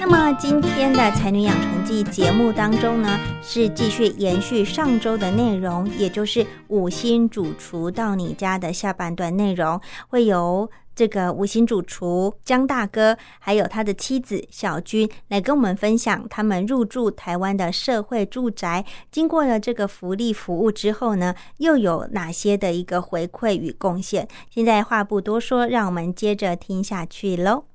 那么今天的《才女养成记》节目当中呢，是继续延续上周的内容，也就是五星主厨到你家的下半段内容，会由这个五星主厨江大哥，还有他的妻子小军来跟我们分享他们入住台湾的社会住宅，经过了这个福利服务之后呢，又有哪些的一个回馈与贡献。现在话不多说，让我们接着听下去喽。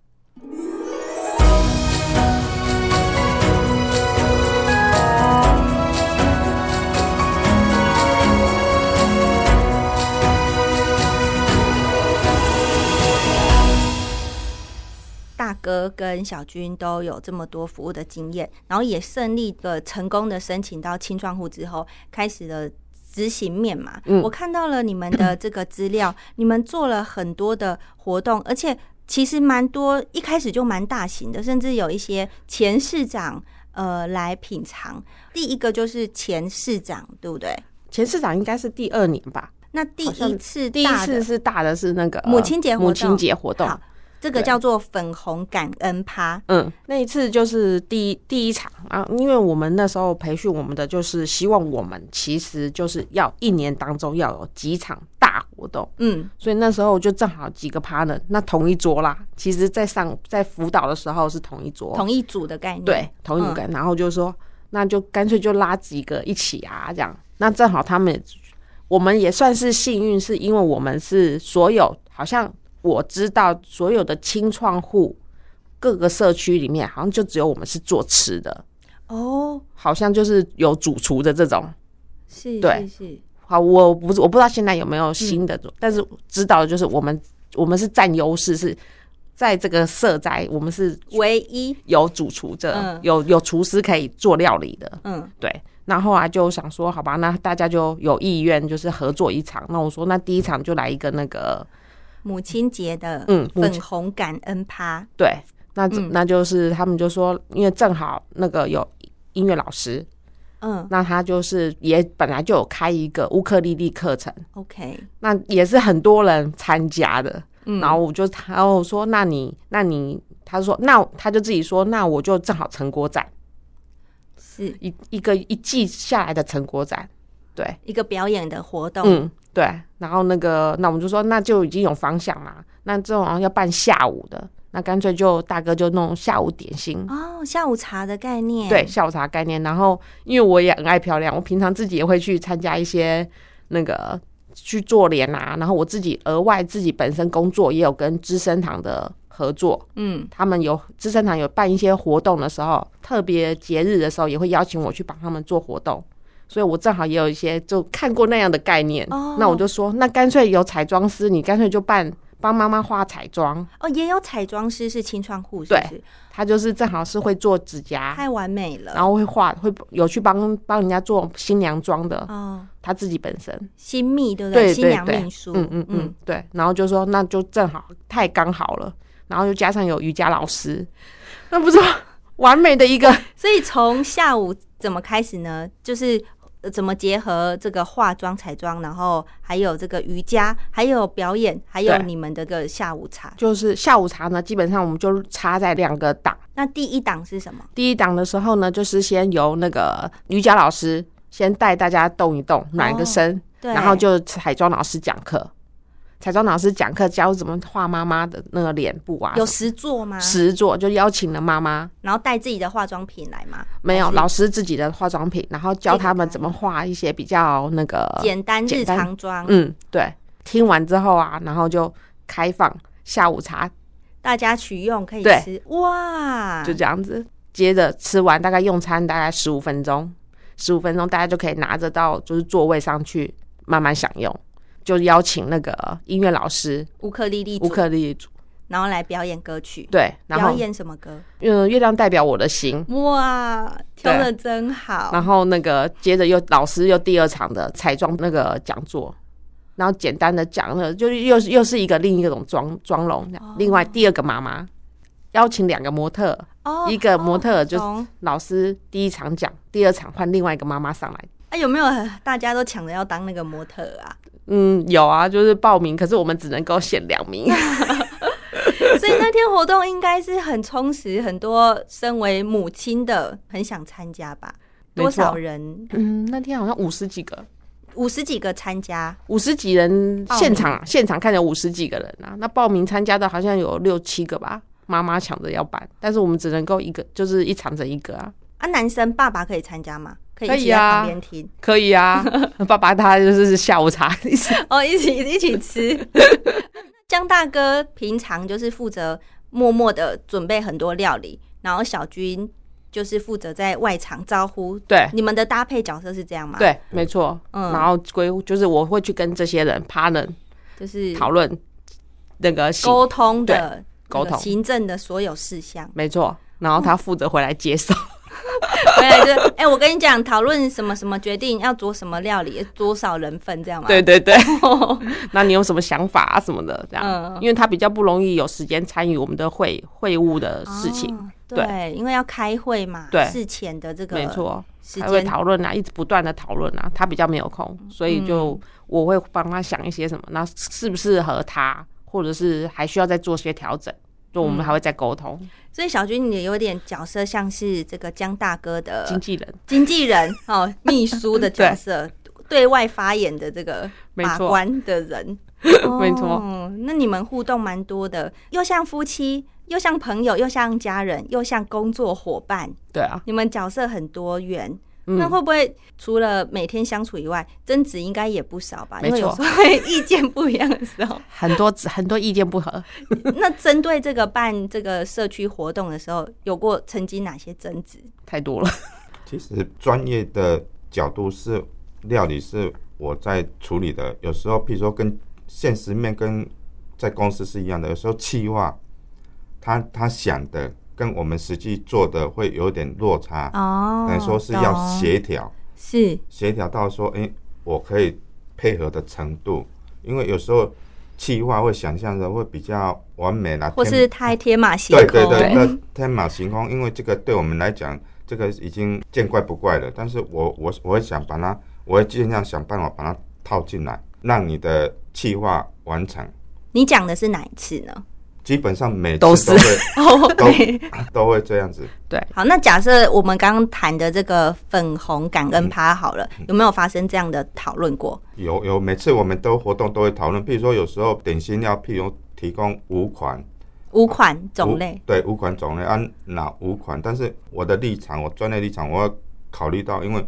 大哥跟小军都有这么多服务的经验，然后也顺利的成功的申请到青创户之后，开始了执行面嘛。嗯我看到了你们的这个资料，你们做了很多的活动，而且其实蛮多，一开始就蛮大型的，甚至有一些前市长呃来品尝。第一个就是前市长，对不对？前市长应该是第二年吧，那第好一像次第一大的次是大的是那个呃母亲节活动母亲节活动好，这个对叫做粉红感恩趴，嗯，那一次就是第一第一场啊，因为我们那时候培训我们的就是希望我们其实就是要一年当中要有几场大活动，嗯，所以那时候就正好几个 partner，那同一桌啦。其实，在上在辅导的时候是同一桌，同一组的概念，对同一个，然后就说那就干脆就拉几个一起啊，这样。那正好他们也我们也算是幸运，是因为我们是所有好像我知道所有的清创户各个社区里面，好像就只有我们是做吃的，哦，好像就是有主厨的这种。是，对是是，好，我不是我不知道现在有没有新的，但是知道的就是我们我们是占优势，是在这个社宅，我们是唯一，有主厨这、嗯有有厨师可以做料理的，嗯，对。那后来就想说，好吧，那大家就有意愿，就是合作一场。那我说，那第一场就来一个那个，母亲节的嗯母亲粉红感恩趴，对，那、嗯那就是他们就说，因为正好那个有音乐老师，嗯那他就是也本来就有开一个乌克丽丽课程， ，OK，那也是很多人参加的。嗯，然后我就他我说那你那你他说那他就自己说那我就正好成果展是一一个一季下来的成果展，对，一个表演的活动，嗯对，然后那个那我们就说那就已经有方向啦，那这种要办下午的，那干脆就大哥就弄下午点心。哦，下午茶的概念，嗯对，下午茶概念，然后因为我也很爱漂亮，我平常自己也会去参加一些那个去做脸啊，然后我自己额外自己本身工作也有跟资生堂的合作，嗯，他们有资生堂有办一些活动的时候，特别节日的时候也会邀请我去帮他们做活动，所以我正好也有一些就看过那样的概念，哦嗯那我就说，那干脆有彩妆师，你干脆就办帮妈妈画彩妆，哦，也有彩妆师是清创户，是对不是？她就是正好是会做指甲，太完美然了，后会画，会有去帮帮人家做新娘妆的，哦，她自己本身，新密对不对？对新娘对秘书，嗯嗯嗯，对，然后就说那就正好太刚好了，然后又加上有瑜伽老师，那不是完美的一 个。所以从下午怎么开始呢？就是。呃怎么结合这个化妆、彩妆，然后还有这个瑜伽，还有表演，还有对你们的个下午茶？就是下午茶呢，基本上我们就插在两个档。那第一档是什么？第一档的时候呢，就是先由那个瑜伽老师先带大家动一动，暖哦个身，对，然后就彩妆老师讲课。彩妆老师讲课教怎么画妈妈的那个脸部啊，有实作吗？实作就邀请了妈妈，然后带自己的化妆品来嘛，没有还是老师自己的化妆品，然后教他们自怎己么画一些比较那个简单日呃简单常妆，嗯，对。听完之后啊，然后就开放下午茶大家取用可以对吃。哇，就这样子。接着吃完，大概用餐大概十五分钟，十五分钟大家就可以拿着到就是座位上去慢慢享用。就邀请那个音乐老师乌克丽丽乌组，克丽丽组，然后来表演歌曲，对，然表后演什么歌？嗯，月亮代表我的心，哇，挑对的真好。然后那个接着又老师又第二场的彩妆那个讲座，然后简单的讲了，就是又是又是一个另一种妆妆容，另外第二个妈妈邀请两个模特，哦一个模特就懂老师第一场讲，第二场换另外一个妈妈上来 啊，有没有大家都抢着要当那个模特啊？嗯，有啊，就是报名，可是我们只能够限两名。所以那天活动应该是很充实，很多身为母亲的很想参加吧？没多错少人？嗯，那天好像五十几个，五十几个参加，五十几人报名现场，啊现场看着五十几个人啊。那报名参加的好像有六七个吧，妈妈抢着要办，但是我们只能够一个，就是一场整一个啊。啊，男生爸爸可以参加吗？可以可一以起在啊旁边 听、可以 啊，爸爸他就是下午茶，哦，一起一起吃。 江大哥平常就是负责默默的准备很多料理，然后小军就是负责在外场招呼。对你们的搭配角色是这样吗？，对，没错。嗯然后归就是我会去跟这些人 partner 就是讨论那个行沟通的沟通那个行政的所有事项。没错，然后他负责回来 接手。回来就是， 哎、我跟你讲，讨论什么什么决定要做什么料理，多少人份这样吗？ 对，对对， 那你有什么想法啊什么的这样？嗯因为他比较不容易有时间参与我们的会会务的事情，哦对，因为要开会嘛，对事前的这个没错，时还会间嗯讨论啊，一直不断的讨论啊，他比较没有空，所以就我会帮他想一些什么，那适不适合他，或者是还需要再做些调整。就我们还会再沟通，所以小军你有点角色像是这个江大哥经的纪人经纪人 哦，秘书的角色，对外发言的这个没把错关的人，没错哦。那你们互动蛮多的，又像夫妻，又像朋友，又像家人，又像工作伙伴，对啊，你们角色很多元。嗯那会不会除了每天相处以外，争执应该也不少吧？没因为有时错候会意见不一样的时 候，很多很多意见不合，那针对这个办这个社区活动的时候，有过曾经哪些争执？太多了。其实专业的角度是料理是我在处理的，有时候譬如说跟现实面跟在公司是一样的，有时候企划他他想的跟我们实际做的会有点落差，哦等于说是要哦懂协调，是协调到说，哎、我可以配合的程度，因为有时候企划会想象的会比较完美啦，或天是太天马行对空，对对对，那天马行空，因为这个对我们来讲，这个已经见怪不怪了。但是我我我会想把它，我会尽量想办法把它套进来，让你的计划完成。你讲的是哪一次呢？基本上每次都都是会 哦，都都会这样子。好，那假设我们刚刚谈的这个粉红感恩趴好了，嗯有没有发生这样的讨论过？有有，每次我们都活动都会讨论，譬如说有时候点心要譬如提供五款五款种五类，对五款种类按哪五款？但是我的立场，我专业立场，我要考虑到，因为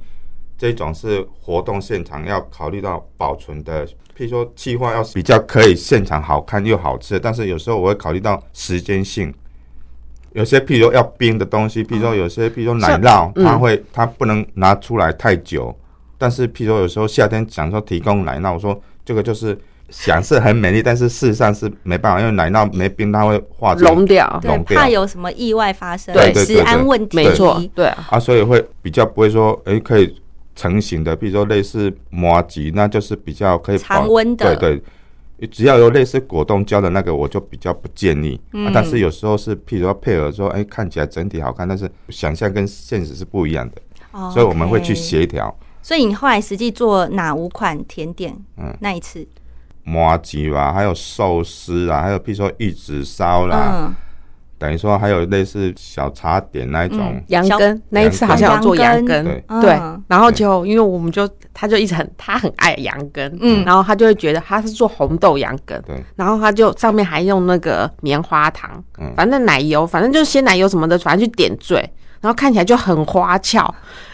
这种是活动现场要考虑到保存的，譬如说计划要比较可以现场好看又好吃，但是有时候我会考虑到时间性。有些譬如说要冰的东西，譬如说有些譬如说奶酪，嗯它会它不能拿出来太久。但是譬如说有时候夏天想说提供奶酪，我说这个就是想是很美丽，但是事实上是没办法，因为奶酪没冰它会化成融掉，对懂，对啊怕有什么意外发生，对对食对安对问题，没错，对啊，啊，所以会比较不会说，诶，可以成型的，比如说类似麻吉，那就是比较可以保常温的对对，只要有类似果冻胶的那个，我就比较不建议。嗯啊、但是有时候是，譬如说配合说，诶，看起来整体好看，但是想象跟现实是不一样的，哦所以我们会去 OK 协调所以你后来实际做哪五款甜点？嗯，那一次，麻吉吧，还有寿司啊，还有譬如说玉子烧啦，嗯，等于说还有类似小茶点那一种。嗯羊小羹那一次羊好像有做羊羊羹羹，对对嗯，然后就因为我们就他就一直很他很爱羊羹，嗯嗯，然后他就会觉得他是做红豆羊羹，对，然后他就上面还用那个棉花糖，嗯反正奶油，反正就是鲜奶油什么的，反正去点缀，然后看起来就很花俏，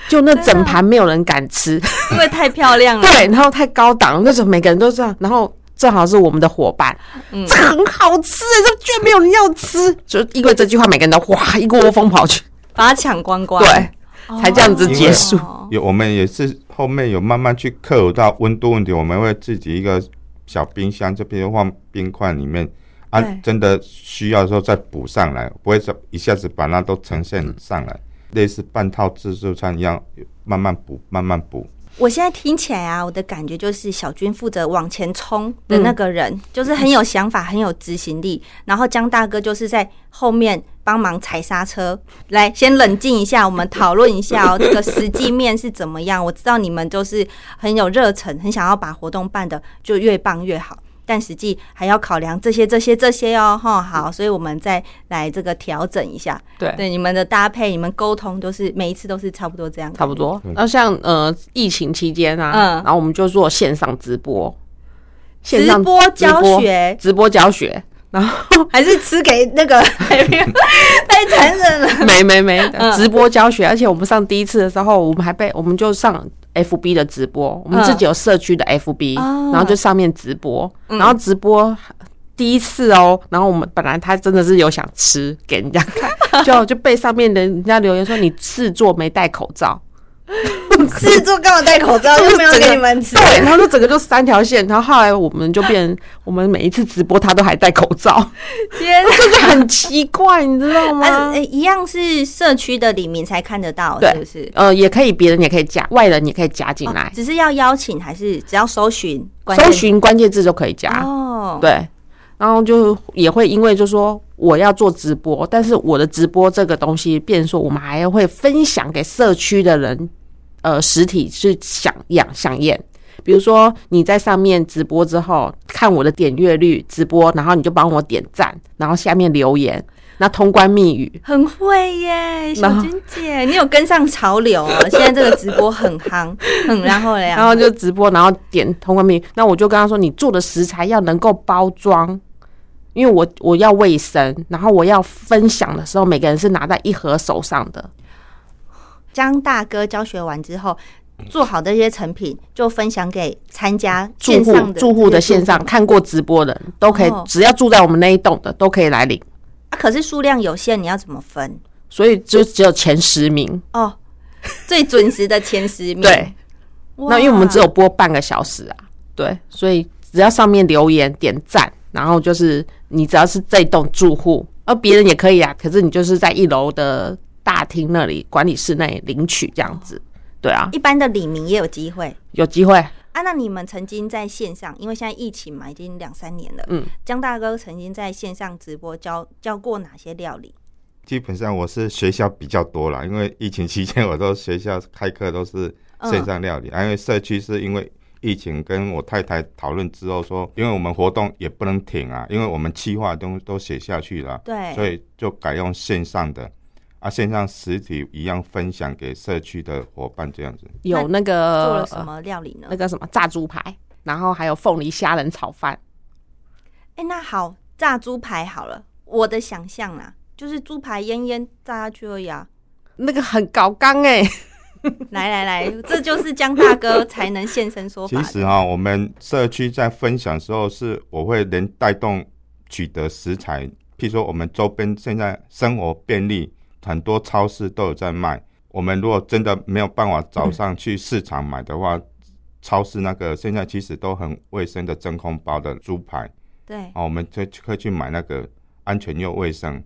就那啊整盘没有人敢吃，因为太漂亮了， 对，然后太高档，那时候每个人都这样，然后。正好是我们的伙伴，嗯这 很好吃、欸这居然没有人要吃，就因为这句话，每个人都哇一窝蜂跑去，把它抢光光，对，哦，才这样子结束哦有，我们也是后面有慢慢去克服到温度问题，我们会自己一个小冰箱，这边放冰块里面啊对，真的需要的时候再补上来，不会说一下子把那都呈现上来，类似半套自助餐一样，慢慢补，慢慢补。我现在听起来啊，我的感觉就是小军负责往前冲的那个嗯人，就是很有想法，很有执行力。然后江大哥就是在后面帮忙踩刹车。来，先冷静一下，我们讨论一下哦，这个实际面是怎么样？我知道你们就是很有热忱，很想要把活动办的就越棒越好。但实际还要考量这些、这些、这些哦，哈，好，所以我们再来这个调整一下。对，对，你们的搭配、你们沟通都是每一次都是差不多这样，差不。多。那像呃疫情期间啊，嗯然后我们就做线上直播，线直上播教学直播教学， 然后还是吃给那个太残忍了。没没没的嗯直播教学，而且我们上第一次的时候，我们还被我们就上 FB 的直播，我们嗯自己有社区的 FB，、哦然后就上面直播，嗯然后直播。第一次哦，然后我们本来他真的是有想吃给人家 看，就就被上面的人家留言说你试做没戴口罩，制作干嘛戴口罩？就是又没有整个给你们吃。对，然后就整个就三条线，然后后来我们就变，我们每一次直播他都还戴口罩，天这就很奇怪，你知道啊，吗呃？一样是社区的李明才看得到，对是不是？呃，也可以，别人也可以加，外人也可以加进来，只是要邀请，还是只要搜寻？哦关键搜寻关键字就可以加，哦，对。嗯然后就也会因为就说我要做直播，但是我的直播这个东西，变成说我们还会分享给社区的人，呃，实体去想养想验。比如说你在上面直播之后，看我的点阅率直播，然后你就帮我点赞，然后下面留言，那通关密语，很会耶，小然后君姐，你有跟上潮流哦。现在这个直播很夯，嗯，然后嘞，然后就直播，然后点通关密语。那我就跟他说，你做的食材要能够包装，因为我我要卫生，然后我要分享的时候，每个人是拿在一盒手上的。江大哥教学完之后，做好这些成品就分享给参加住线上户的住户的这些线上看过直播的人都可以，哦只要住在我们那一栋的都可以来领，啊，可是数量有限，你要怎么分？所以就只有前十名。哦，最准时的前十名。对，哇，那因为我们只有播半个小时啊，对，所以只要上面留言点赞，然后就是你只要是这栋住户，而别人也可以啊，可是你就是在一楼的大厅那里管理室那里领取这样子，对啊，一般的李明也有机会有机会，啊。那你们曾经在线上，因为现在疫情嘛，已经两三年了。嗯，江大哥曾经在线上直播教教过哪些料理？基本上我是学校比较多啦，因为疫情期间我都学校开课都是线上料理，嗯啊因为社区是因为疫情跟我太太讨论之后说，因为我们活动也不能停啊，因为我们企划的东西都写下去了，啊对，所以就改用线上的，啊，线上实体一样分享给社区的伙伴这样子。有那做个了什么料理呢？那个什么炸猪排，然后还有凤梨虾仁炒饭，哎、那好，炸猪排好了。我的想象啦，就是猪排腌腌炸下去而已啊。那个很搞纲哎、来来 来，这就是江大哥才能现身说法的。其实哈、我们社区在分享的时候，是我会连带动取得食材，譬如说我们周边现在生活便利，很多超市都有在卖。我们如果真的没有办法早上去市场买的话，超市那个现在其实都很卫生的真空包的猪排，对，哦，我们就可以去买那个安全又卫生。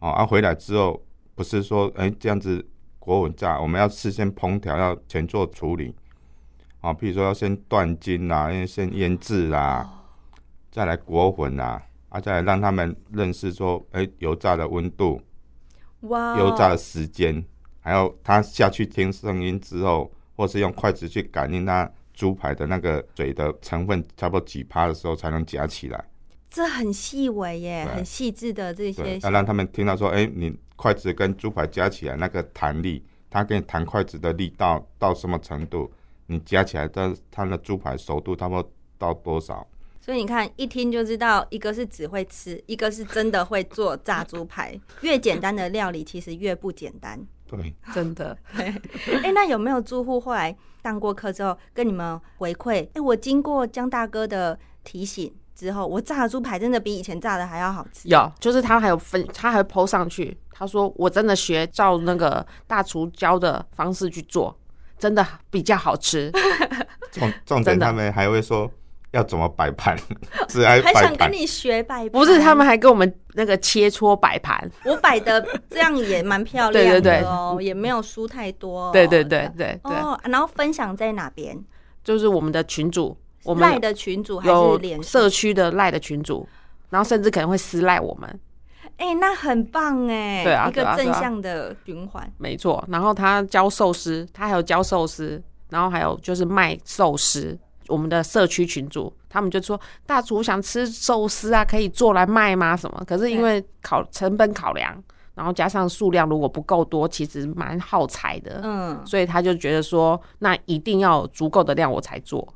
哦，啊，回来之后不是说哎、这样子国文炸，我们要事先烹调，要前做处理。啊、譬如说要先断筋啦、因为先腌制啦、再来国混啦、啊，再来让他们认识说，哎、油炸的温度、哇油炸的时间，还有他下去听声音之后，或是用筷子去感应那猪排的那个水的成分差不多几趴的时候，才能夹起来。这很细微耶，对很细致的这对些，要让他们听到说，哎、你筷子跟猪排夹起来那个弹力，它跟你弹筷子的力道到什么程度，你夹起来的它的猪排熟度差不多到多少？所以你看，一听就知道，一个是只会吃，一个是真的会做炸猪排。越简单的料理，其实越不简单。 对，真的。哎、那有没有住户后来上过课之后跟你们回馈？哎、我经过江大哥的提醒之后，我炸的猪排真的比以前炸的还要好吃。有，就是他还有分，他还 PO 上去，他说我真的学照那个大厨教的方式去做，真的比较好吃。重重真点的他们还会说，要怎么摆盘，是来很哎摆想盘跟。你学摆盘，不是他们还跟我们那个切磋摆盘，我摆的这样也蛮漂亮对对的哦，也没有输太多哦、对对对对对，哦，然后分享在哪边？就是我们的群主，我赖们的群主还是有脸书？社区的赖的群主，然后甚至可能会私赖我们，哎、那很棒哎，对啊一个对啊对正啊向的循环。没错。然后他教寿司，他还有教寿司，然后还有就是卖寿司。我们的社区群主，他们就说大厨想吃寿司啊，可以做来卖吗？什么？可是因为考成本考量，然后加上数量如果不够多，其实蛮耗材的。嗯，所以他就觉得说，那一定要有足够的量我才做。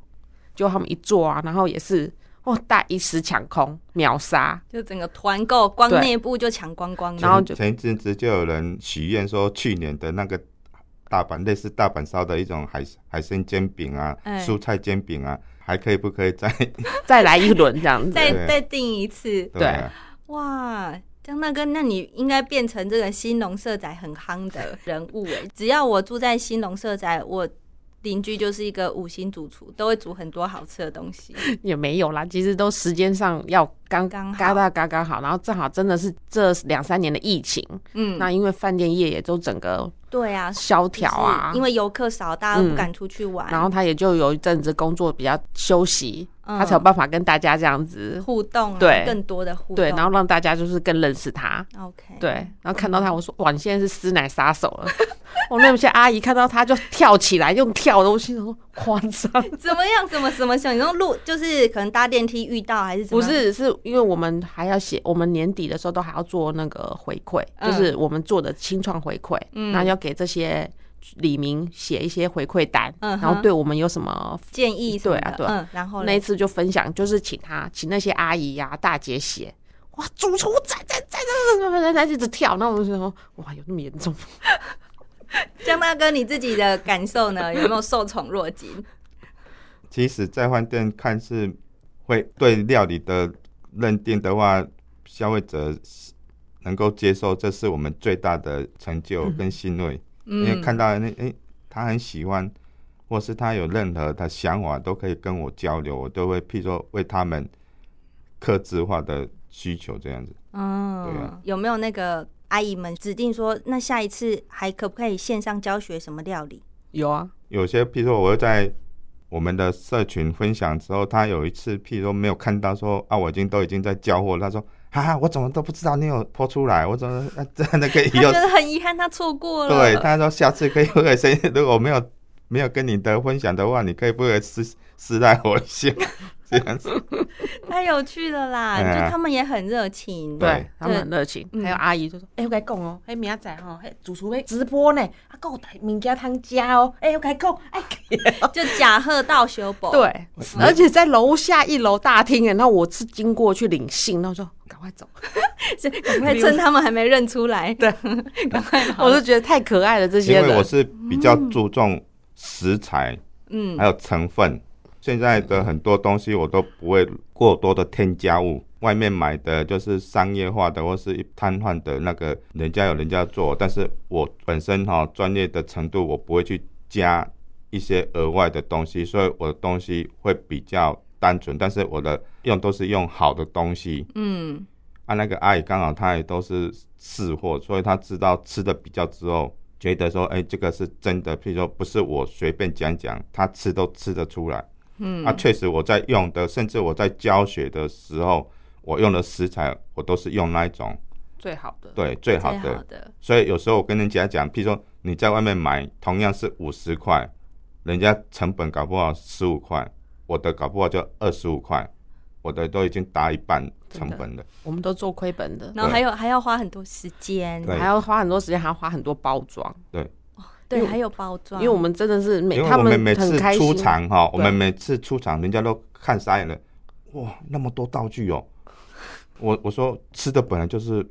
就他们一做啊，然后也是哦，大一时抢空，秒杀。就整个团购，光对内部就抢光光了。然后就前一阵子就有人许愿说，去年的那个大阪类似大阪烧的一种海海参煎饼啊、哎蔬菜煎饼啊，还可以不可以再再来一轮这样子。再对再定一次，对啊、哇！江大哥，那你应该变成这个新农社宅很夯的人物哎。 只要我住在新农社宅，我邻居就是一个五星主厨，都会煮很多好吃的东 西。也没有啦，其实都时间上要刚刚好嘎到刚刚好，然后正好真的是这两三年的疫情，嗯，那因为饭店业也都整个对啊，萧就是条啊，因为游客少，大家都不嗯敢出去玩，然后他也就有一阵子工作比较休息，嗯他才有办法跟大家这样子互动、啊，对更多的互动，对，然后让大家就是更认识他， OK，对，然后看到他，我说哇，你现在是师奶杀手 了。我那些阿姨看到他就跳起来，用跳的，我心想说夸张，怎么样？怎么怎么想？你说路就是可能搭电梯遇到还是怎么不样？是，是因为我们还要写，我们年底的时候都还要做那个回馈，嗯就是我们做的清创回馈，嗯然后要给这些李明写一些回馈单，嗯哼然后对我们有什么。建议什么的对啊对啊嗯，然后那一嘞，次就分享，就是请他，请那些阿姨呀、大姐写，哇，主厨在在在在在在在一直跳，那我就说，哇，有那么严重吗？江大哥，你自己的感受 呢？有没有受宠若惊？其实，在饭店看是会对料理的认定的话，消费者能够接受，这是我们最大的成就跟欣慰。因为嗯，看到那诶、他很喜欢，或是他有任何的想法都可以跟我交流，我都会譬如说为他们克制化的需求这样子。对嗯啊，有没有那个阿姨们指定说，那下一次还可不可以线上教学什么料理？有啊，有些譬如说我会在我们的社群分享之后，他有一次譬如说没有看到说啊，我已经都已经在交货了，他说哈哈，我怎么都不知道你有泼出来，我怎么啊真的可以他 有觉得很遗憾，他错过了。对，他说下次可以不可以先，如果没有没有跟你的分享的话，你可以不可以私私赖我一下这样 子？太有趣了啦！哎呀就他们也很热情，对他们很热情，嗯还有阿姨就说：“哎、我跟你讲哦、哎、明仔载吼，哎、主厨要直播呢，啊，够带物件通食哦，哎、我跟你讲，哎，就假贺到修补。，对，哦而且在楼下一楼大厅耶，然后我是经过去领信，然后说赶快走， 就赶快趁他们还没认出来，对， 赶快跑我就觉得太可爱了，这因些为我人，是比较注重食材嗯还有成分，现在的很多东西我都不会过多的添加物。外面买的就是商业化的，或是一摊贩的那个，人家有人家做，但是我本身哈、专业的程度，我不会去加一些额外的东西，所以我的东西会比较单纯，但是我的用都是用好的东西。嗯，啊，那个阿姨刚好她也都是试货，所以她知道吃的比较之后，觉得说，哎、这个是真的。譬如说，不是我随便讲讲，她吃都吃得出来。嗯，啊，确实我在用的，甚至我在教学的时候，我用的食材我都是用那一种最好的，对最好最的。好的，所以有时候我跟人家讲，譬如说你在外面买同样是五十块，人家成本搞不好十五块，我的搞不好就二十五块，我的都已经打一半成真的本了。我们都做亏本的，然后还有还要花很多时间，对还要花很多时间，还要花很多包装，对，因为还有包装，因为我们真的是每因为他我们每很次开出心，场哈，我对们每次出场，人家都看傻眼了，哇，那么多道具哦！我我说吃的本来就是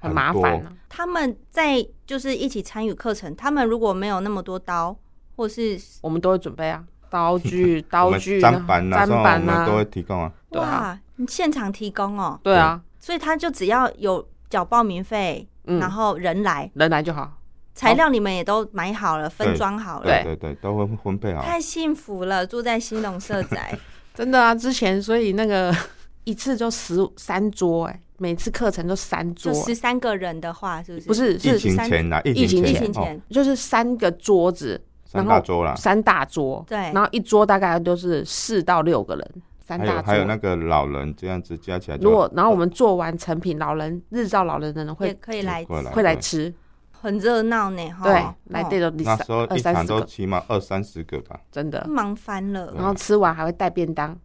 很麻烦、多啊，他们在就是一起参与课程，他们如果没有那么多刀，或是我们都会准备啊，刀 具、我刀们具、砧板啊，砧什么我板们都会啊，提供啊。对啊，哇，你现场提供哦，对啊，所以他就只要有缴报名费，嗯然，后人来，人来就好，材料你们也都买好了，分装好了，对对对，都会分配好。 太幸福了，住在新农社宅，真的啊，之前所以那个 一次就十三桌、哎，每次课程都三桌、就哎十三个人的话，是不是？不是疫是情三前啦，疫疫情情疫前情哦，前，就是三个桌子，三然大后桌啦，三大桌，对然后一桌大概都是四到六个人，三还大有桌。还有那个老人这样子加起来就，如果然后我们做完成品，老人日照老人的人也会可以来，过来会来对吃，很热闹呢，哈。对哦，来对着第那三时候二一三场十都个，起码二三十个吧，真的。忙翻了，然后吃完还会带 便当，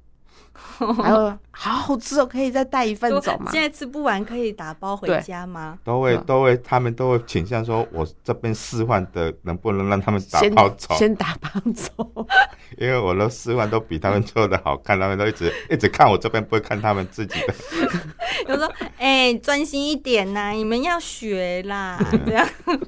还会好好吃哦，可以再带一份都走 吗现？在吃不完可以打包回对家吗？ 都会嗯都会他们都会倾向说，我这边示范的能不能让他们打先包走，先打包 走，因为我的示范都比他们做的好看，他们都一直 一直看我这边，不会看他们自己的。 就说哎，专心一点呐，你们要学 啦，这样，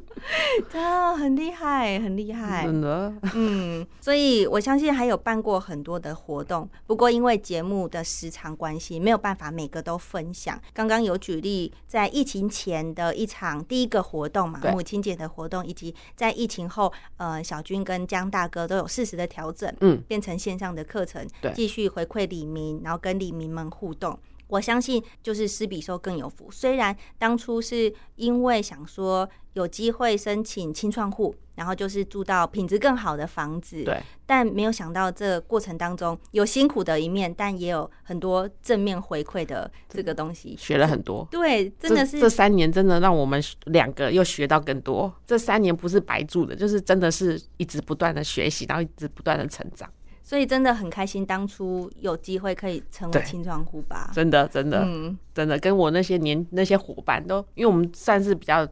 真的很厉害，很厉害。真的嗯，所以我相信还有办过很多的活动，不过因为节目的时长关系，没有办法每个都分享。刚刚有举例，在疫情前的一场第一个活动嘛，对母亲节的活动，以及在疫情后，呃，小军跟江大哥都有适时的调整，嗯，变成线上的课程对，继续回馈李明，然后跟李明们互动。我相信就是施比受更有福。虽然当初是因为想说有机会申请清创户，然后就是住到品质更好的房子，对，但没有想到这个过程当中有辛苦的一面，但也有很多正面回馈的这个东西。学了很多。对，真的这是这三年真的让我们两个又学到更多。这三年不是白住的，就是真的是一直不断的学习，然后一直不断的成长，所以真的很开心，当初有机会可以成为对清创户吧。真的真的、啊嗯，真的，跟我那些年那些伙伴都，因为我们算是比较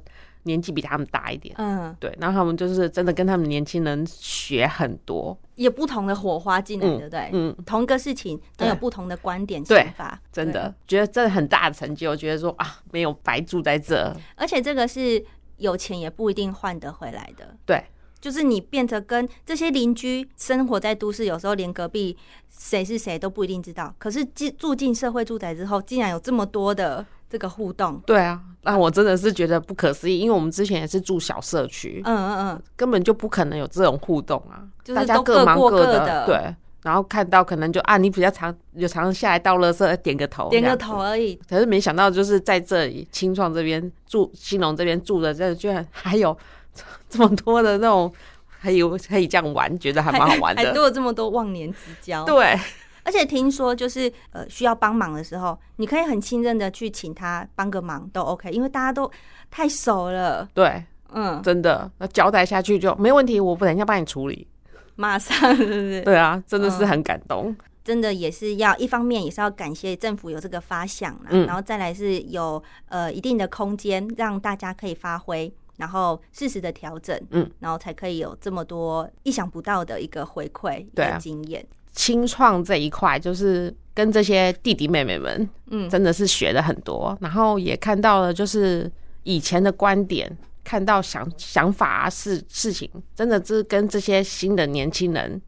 年纪比他们大一点，嗯，对，然后他们就是真的跟他们年轻人学很多，也不同的火花进来，嗯对不对？啊嗯，同一个事情都对有不同的观点对想法，真对的觉得真的很大的成就，觉得说啊，没有白住在这，而且这个是有钱也不一定换得回来的。对，就是你变得跟这些邻居生活在都市，有时候连隔壁谁是谁都不一定知道。可是进住进社会住宅之后，竟然有这么多的这个互动。对啊，那我真的是觉得不可思议，因为我们之前也是住小社区，嗯嗯嗯，根本就不可能有这种互动啊，就是大家都各忙过各的，的对。然后看到可能就啊，你比较常有常常下来倒垃圾，点个头，点这个样子头。而已。可是没想到，就是在这里青创这边住，兴隆这边住的，这居然还有 这么多的那种，还有可以这样玩，觉得还蛮好 玩还的。多了这么多忘年之交，对，而且听说就是呃需要帮忙的时候，你可以很信任的去请他帮个忙都 OK，因为大家都太熟了，对，嗯，真的，那交代下去就没问题，我不等一下帮你处理。马上是不是？对啊，真的是很感动。真的也是要一方面也是要感谢政府有这个发想啦，嗯然后再来是有呃一定的空间让大家可以发挥，然后适时的调整，嗯，然后才可以有这么多意想不到的一个回馈、一对个啊经验。青创这一块，就是跟这些弟弟妹妹们，嗯，真的是学了很多，然后也看到了就是以前的观点，看到想想法啊事事情，真的是跟这些新的年轻人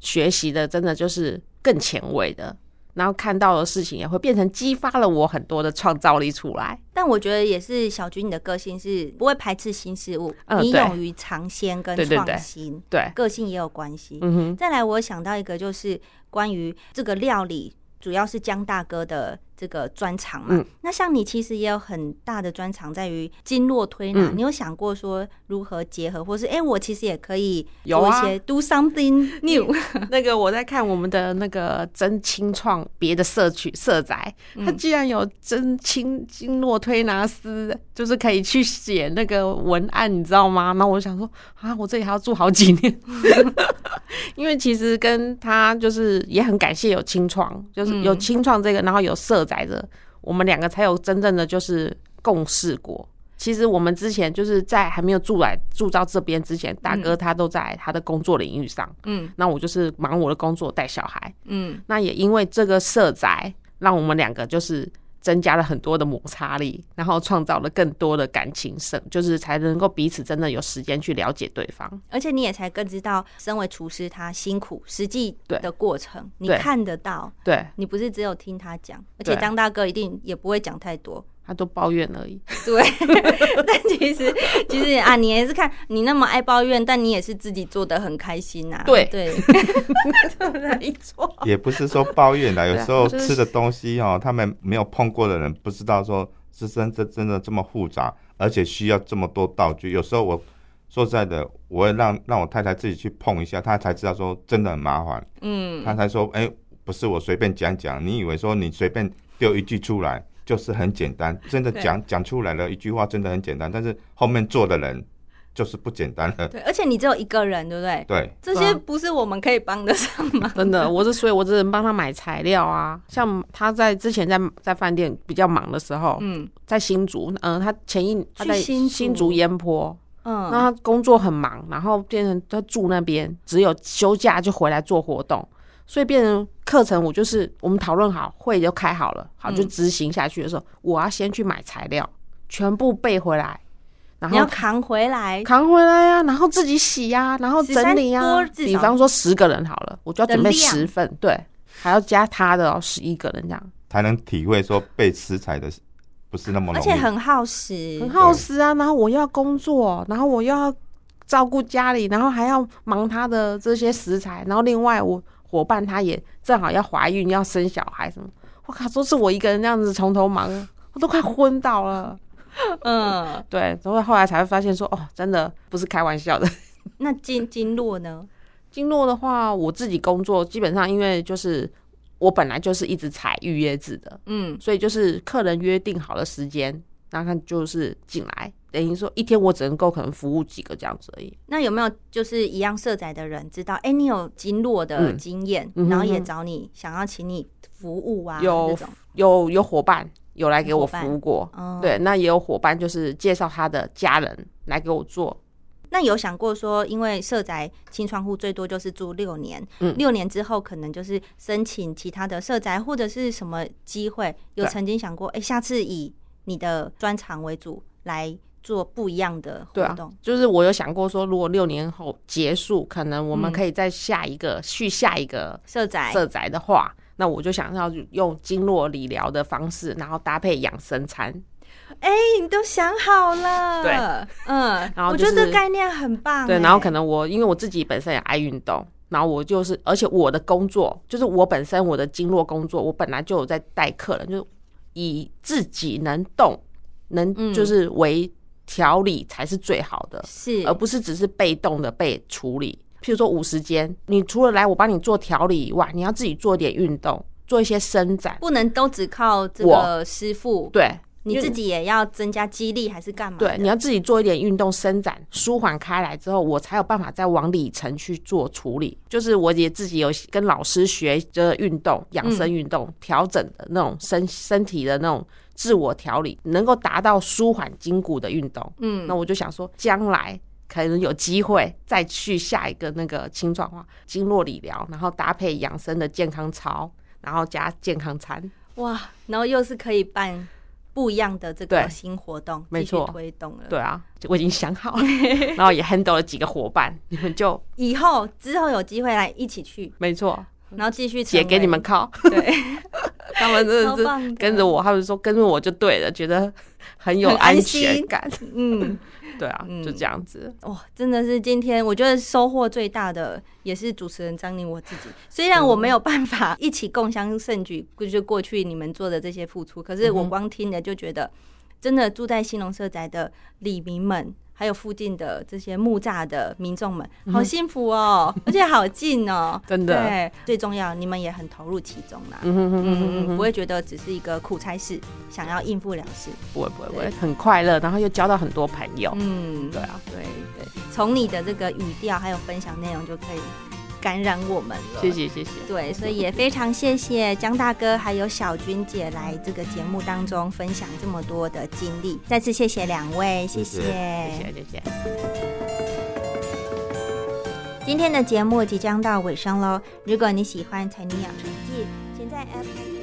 学习的，真的就是更前卫的。然后看到的事情也会变成激发了我很多的创造力出来。但我觉得也是小军你的个性是不会排斥新事物，嗯你对勇于尝鲜跟对对对创新，对，个性也有关系。嗯哼，再来，我想到一个就是关于这个料理，主要是江大哥的这个专长嘛。嗯那像你其实也有很大的专长在于经络推拿，嗯你有想过说如何结合，或是哎、诶我其实也可以有做一啊些 do something new，那个我在看我们的那个真清创别的社区社宅，它居然有真清经络推拿师，就是可以去写那个文案，你知道吗？然后我想说啊，我这里还要住好几年， 因为其实跟他就是也很感谢有清创，就是有嗯清创这个，然后有社宅的，我们两个才有真正的就是共事过。其实我们之前就是在还没有住来住到这边之前，大哥他都在他的工作领域上，嗯那我就是忙我的工作带小孩。嗯，那也因为这个社宅，让我们两个就是增加了很多的摩擦力，然后创造了更多的感情生，就是才能够彼此真的有时间去了解对方。而且你也才更知道，身为厨师他辛苦实际对的过程，你对看得到，对你不是只有听他讲，而且对江大哥一定也不会讲太多，他都抱怨 而已。对，但其实其实啊，你也是看你那么爱抱怨，但你也是自己做的很开心呐、对对，没错，也不是说抱怨啦，有时候就是吃的东西哦，他们没有碰过的人不知道说是真这真的这么复杂，而且需要这么多道具。有时候我说实在的，我会让让我太太自己去碰一下，她才知道说真的很麻烦，嗯，她才说哎、不是我随便讲讲，你以为说你随便丢一句出来就是很简单，真的对讲讲出来了一句话真的很简单，但是后面做的人就是不简单了，对，而且你只有一个人，对不对？对。这些啊不是我们可以帮得上吗？ 真的，我是所以，我只能帮他买材料啊。像他在之前在在饭店比较忙的时候，嗯在新竹，嗯、他前一他在新竹新竹烟坡，嗯，那他工作很忙，然后变成他住那边，只有休假就回来做活动，所以变成课程我就是我们讨论好，会就开好了，好嗯就执行下去的时候，我要先去买材料，全部背回来，然你要后扛回来，扛回来呀、啊，然后自己洗呀、然后整理呀、 13啊多。至少比方说十个人好了，我就要准备的量十份，对，还要加他的哦，十一个人这样，才能体会说背食材的不是那么而容且易，很耗时，很耗时啊。然后我又要工作，然后我又要照顾家里，然后还要忙他的这些食材，然后另外我伙伴她也正好要怀孕要生小孩什么，我靠，都是我一个人这样子从头忙，我都快昏倒了。嗯，对，然后后来才会发现说，哦，真的不是开玩笑的。 那经经络呢？经络的话，我自己工作基本上因为就是我本来就是一直采预约制的，嗯，所以就是客人约定好了时间，那他就是进来，等于说一天我只能够可能服务几个这样子而已。那有没有就是一样社宅的人知道？哎、你有经络的嗯经验，嗯哼然后也哼找你想要请你服务啊，有这种，有有伙伴有来给我有伙伴服务过，哦，对，那也有伙伴就是介绍他的家人来给我做，那有想过说，因为社宅清窗户最多就是住六年，嗯六年之后可能就是申请其他的社宅或者是什么机会，有对曾经想过，哎、下次以你的专长为主来做不一样的对活啊动，，就是我有想过说，如果六年后结束，可能我们嗯可以再下一个、续下一个社宅，色宅的话，那我就想要用经络理疗的方式，然后搭配养生餐。哎、你都想好了，对，嗯，然后我就觉得这是概念很棒、对，哎然后可能我因为我自己本身也爱运动，然后我就是，而且我的工作就是我本身我的经络工作，我本来就有在带客人，就是以自己能动，嗯能就是为调理才是最好的。是而不是只是被动的被处理。譬如说五十间，你除了来我帮你做调理以外，你要自己做点运动，做一些伸展。不能都只靠这个师傅，对，你因为自己也要增加肌力还是干嘛？对，你要自己做一点运动伸展，舒缓开来之后，我才有办法再往里层去做处理。就是我也自己有跟老师学着运动、养生运动、调整的那种身身体的那种自我调理，能够达到舒缓筋骨的运动。嗯那，我就想说，将来可能有机会再去下一个那个清创化经络理疗，然后搭配养生的健康操，然后加健康餐。哇，然后又是可以办不一样的这个对新活动，没继续错推动了。对啊，我已经想好了，然后也 handle 了几个伙伴，你们就以后之后有机会来一起去，没错，然后继续成姐为给你们靠，对，他们 真超的棒的是跟着我，他们说跟着我就对了，觉得很有很安安心全感。嗯，对啊，就这样子。哇，真的是今天我觉得收获最大的也是主持人张宁我自己，虽嗯然我没有办法一起共襄盛举， 就是过去你们做的这些付出，可嗯是我光听着就觉得，真的住在新农社宅的里民们。还有附近的这些木栅的民众们，好幸福 哦，而且好近哦，嗯真的对，最重要，你们也很投入其中啦，嗯哼哼哼哼嗯，哼不会觉得只是一个苦差事，想要应付了事。不会不会不会，很快乐，然后又交到很多朋友。嗯，对啊，对对，从你的这个语调还有分享内容就可以感染我们了。谢。谢谢谢。对，所以也非常谢谢江大哥还有小军姐来这个节目当中分享这么多的经历，再次谢谢两位，谢谢谢谢谢谢谢。今天的节目即将到尾声喽，如果你喜欢《才女养成记》，请在呃 Apple。